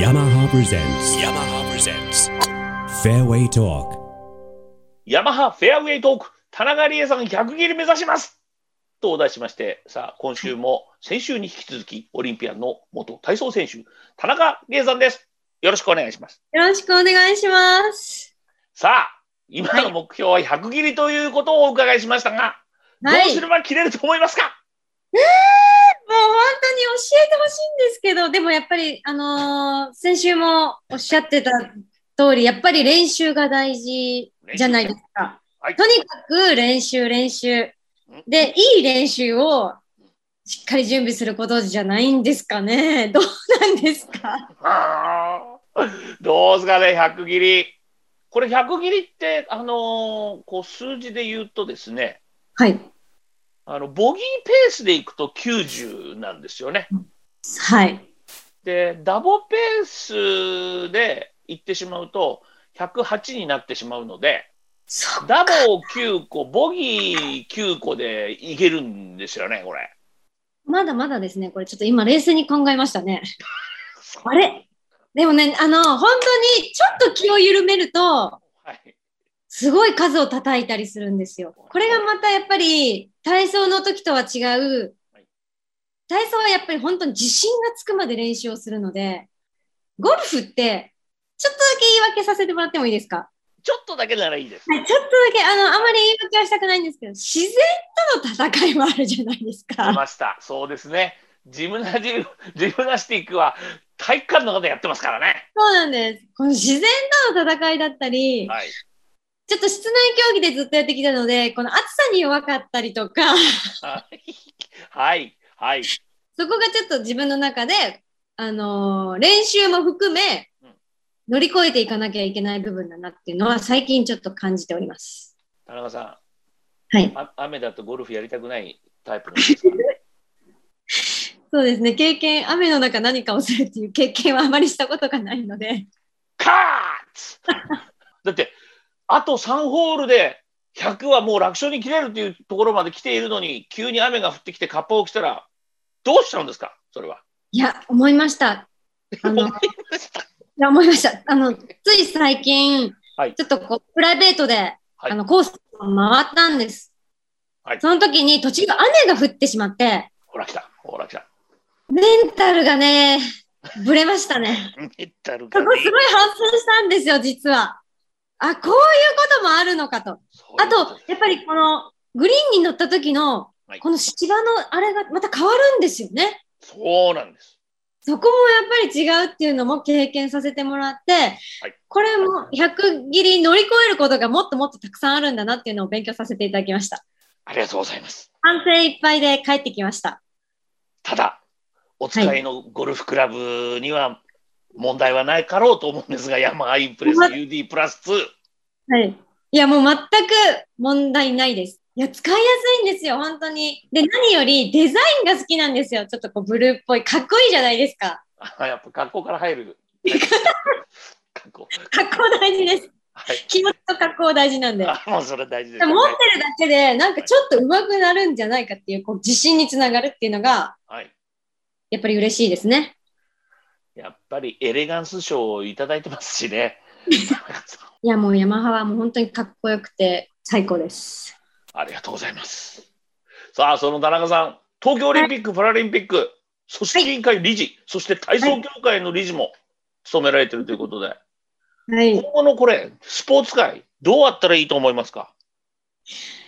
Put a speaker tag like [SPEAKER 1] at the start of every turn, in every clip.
[SPEAKER 1] yamaha presents yamaha presents fairway talk
[SPEAKER 2] ヤマハフェアウェイトーク、田中理恵さん100切り目指しますとお題しまして、さあ、今週も先週に引き続き、オリンピアンの元体操選手、田中理恵さんです。よろしくお願いします。
[SPEAKER 3] よろしくお願いします。
[SPEAKER 2] さあ、今の目標は100切りということをお伺いしましたが、
[SPEAKER 3] はい。
[SPEAKER 2] どう
[SPEAKER 3] もう
[SPEAKER 2] す
[SPEAKER 3] 本
[SPEAKER 2] れば切れると思いますか
[SPEAKER 3] 当に教えてほしいんですけど、でもやっぱり、あのー先週もおっしゃってた通り、やっぱり練習が大事じゃないですか。
[SPEAKER 2] はい
[SPEAKER 3] とにかく練習、練習。で、いい練習をしっかり準備することじゃないんですかね。 どうなんですか
[SPEAKER 2] あーどうですかね、100切り。これ100切りって、あのーこう数字で言うとですね、
[SPEAKER 3] はい。
[SPEAKER 2] あのボギーペースでいくと90なんですよね。
[SPEAKER 3] はい。
[SPEAKER 2] で、ダボペースで行ってしまうと、108になってしまうので、
[SPEAKER 3] そう。
[SPEAKER 2] ダボを9個、ボギー9個でいけるんですよね、これ。
[SPEAKER 3] まだまだですね。これちょっと今冷静に考えましたね。あれでもね、あの、本当にちょっと気を緩めると、
[SPEAKER 2] はい。
[SPEAKER 3] すごい数を叩いたりするんですよ。これがまたやっぱり体操の時とは違う
[SPEAKER 2] はい、
[SPEAKER 3] 体操はやっぱり本当に自信がつくまで練習をするので、ゴルフって、ちょっとだけ言い訳させてもらってもいいですか
[SPEAKER 2] ちょっとだけならいいです。
[SPEAKER 3] はいちょっとだけ、あの、あまり言い訳はしたくないんですけど、自然との戦いもあるじゃないです
[SPEAKER 2] 出
[SPEAKER 3] か。
[SPEAKER 2] ました。そうですね。ジムナジル、ジムナスティックは体育館の中でやってますからね。
[SPEAKER 3] そうなんです。この自然との戦いだったり、
[SPEAKER 2] はい。
[SPEAKER 3] ちょっと室内競技でずっとやってきたので、この暑さに弱かったりとか、
[SPEAKER 2] はい。はい。はい。
[SPEAKER 3] そこがちょっと自分の中で、あのー練習も含め
[SPEAKER 2] うん、
[SPEAKER 3] 乗り越えていかなきゃいけない部分だなっていうのは最近ちょっと感じております。
[SPEAKER 2] 田中さ
[SPEAKER 3] はい
[SPEAKER 2] ん、。あ雨だとゴルフやりたくないタイプなんですか
[SPEAKER 3] そうですね。経験、雨の中何かをするっていう経験はあまりしたことがないので。
[SPEAKER 2] カーツだってあと3ホールで100はもう楽勝に切れるというところまで来ているのに急に雨が降ってきてカッパを着たらどうしちゃうんですかそれは。
[SPEAKER 3] いや、思いました。あ の、いや、思いました。あの、つい最近、
[SPEAKER 2] はい
[SPEAKER 3] ちょっとこう、プライベートで、あの、コースを回ったんです。
[SPEAKER 2] はい
[SPEAKER 3] その時に途中で雨が降ってしまって、
[SPEAKER 2] ほら来たほら来た。
[SPEAKER 3] メンタルがね、ぶれましたね。
[SPEAKER 2] メンタル
[SPEAKER 3] そ
[SPEAKER 2] がね
[SPEAKER 3] こすごい反省したんですよ、実は。あ、こういうこともあるのかと。
[SPEAKER 2] そうい
[SPEAKER 3] あ、
[SPEAKER 2] うこと
[SPEAKER 3] やっぱりこのグリーンに乗った時の
[SPEAKER 2] はい、
[SPEAKER 3] この芝のあれがまた変わるんですよね。
[SPEAKER 2] そうなんです。
[SPEAKER 3] そこもやっぱり違うっていうのも経験させてもらって
[SPEAKER 2] はい、
[SPEAKER 3] これも100切り乗り越えることがもっともっとたくさんあるんだなっていうのを勉強させていただきました。
[SPEAKER 2] ありがとうございます。
[SPEAKER 3] 反省いっぱいで帰ってきました。
[SPEAKER 2] ただお使いのゴルフクラブには問題はないかろうと思うんですが、ヤマハインプレス
[SPEAKER 3] ま
[SPEAKER 2] UD プラス2。
[SPEAKER 3] はい。いや、もう全く問題ないです。いや、使いやすいんですよ、本当に。で、何よりデザインが好きなんですよ。ちょっとこう、ブルーっぽい。かっこいいじゃないですか。
[SPEAKER 2] あやっぱ格好から入 る。格好。
[SPEAKER 3] 格好大事です。
[SPEAKER 2] はい。
[SPEAKER 3] 気持ちと格好大事なんで。持っ
[SPEAKER 2] あ もうそれ大事で
[SPEAKER 3] て
[SPEAKER 2] す、ね。
[SPEAKER 3] るだけで、なんかちょっと上手くなるんじゃないかっていう、こう、自信につながるっていうのが、
[SPEAKER 2] はい。
[SPEAKER 3] やっぱり嬉しいですね。
[SPEAKER 2] やっぱりエレガンス賞をいただいてますしね。
[SPEAKER 3] いや、もうヤマハはもう本当にかっこよくて、最高です。
[SPEAKER 2] ありがとうございます。さあ、その田中さん、東京オリンピック・パラリンピック組織委員会理事、そして体操協会の理事も務められてるということで、
[SPEAKER 3] はい。
[SPEAKER 2] 今後のこれ、スポーツ界、どうあったらいいと思いますか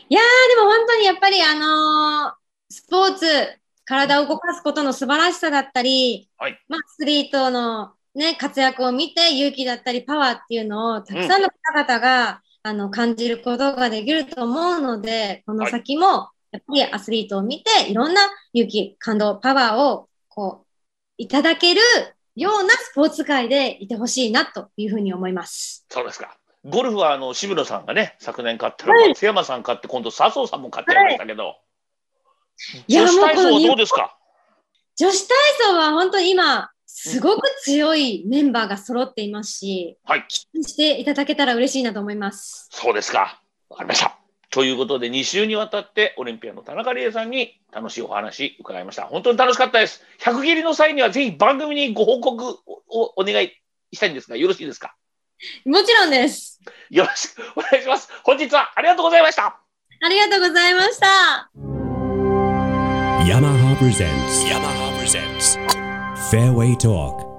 [SPEAKER 3] でも本当にやっぱりあのースポーツ、体を動かすことの素晴らしさだったり、
[SPEAKER 2] はい
[SPEAKER 3] まあ、アスリートの、ね、活躍を見て勇気だったりパワーっていうのをたくさんの方々が、あの感じることができると思うので、この先もやっぱりアスリートを見ていろんな勇気、感動、パワーをこういただけるようなスポーツ界でいてほしいなというふうに思います。
[SPEAKER 2] そうですか。ゴルフはあの渋野さんがね、昨年勝った
[SPEAKER 3] は
[SPEAKER 2] ら、
[SPEAKER 3] い
[SPEAKER 2] 松山さん勝って、今度、笹生さんも勝ってましたけど、
[SPEAKER 3] いや
[SPEAKER 2] 女子体
[SPEAKER 3] もう
[SPEAKER 2] 操
[SPEAKER 3] この
[SPEAKER 2] は
[SPEAKER 3] 日
[SPEAKER 2] どう
[SPEAKER 3] 本
[SPEAKER 2] ですか
[SPEAKER 3] 女子体操は本当に今、すごく強いメンバーが揃っていますし、
[SPEAKER 2] はい
[SPEAKER 3] 期待していただけたら嬉しいなと思います。
[SPEAKER 2] そうですか。わかりました。ということで、2週にわたって、オリンピアンの田中理恵さんに楽しいお話伺いました。本当に楽しかったです。100切りの際には、ぜひ番組にご報告をお願いしたいんですが、よろしいですか
[SPEAKER 3] もちろんです。
[SPEAKER 2] よろしくお願いします。本日はありがとうございました。
[SPEAKER 3] ありがとうございました。
[SPEAKER 1] yamaha presents yamaha presents fairway talk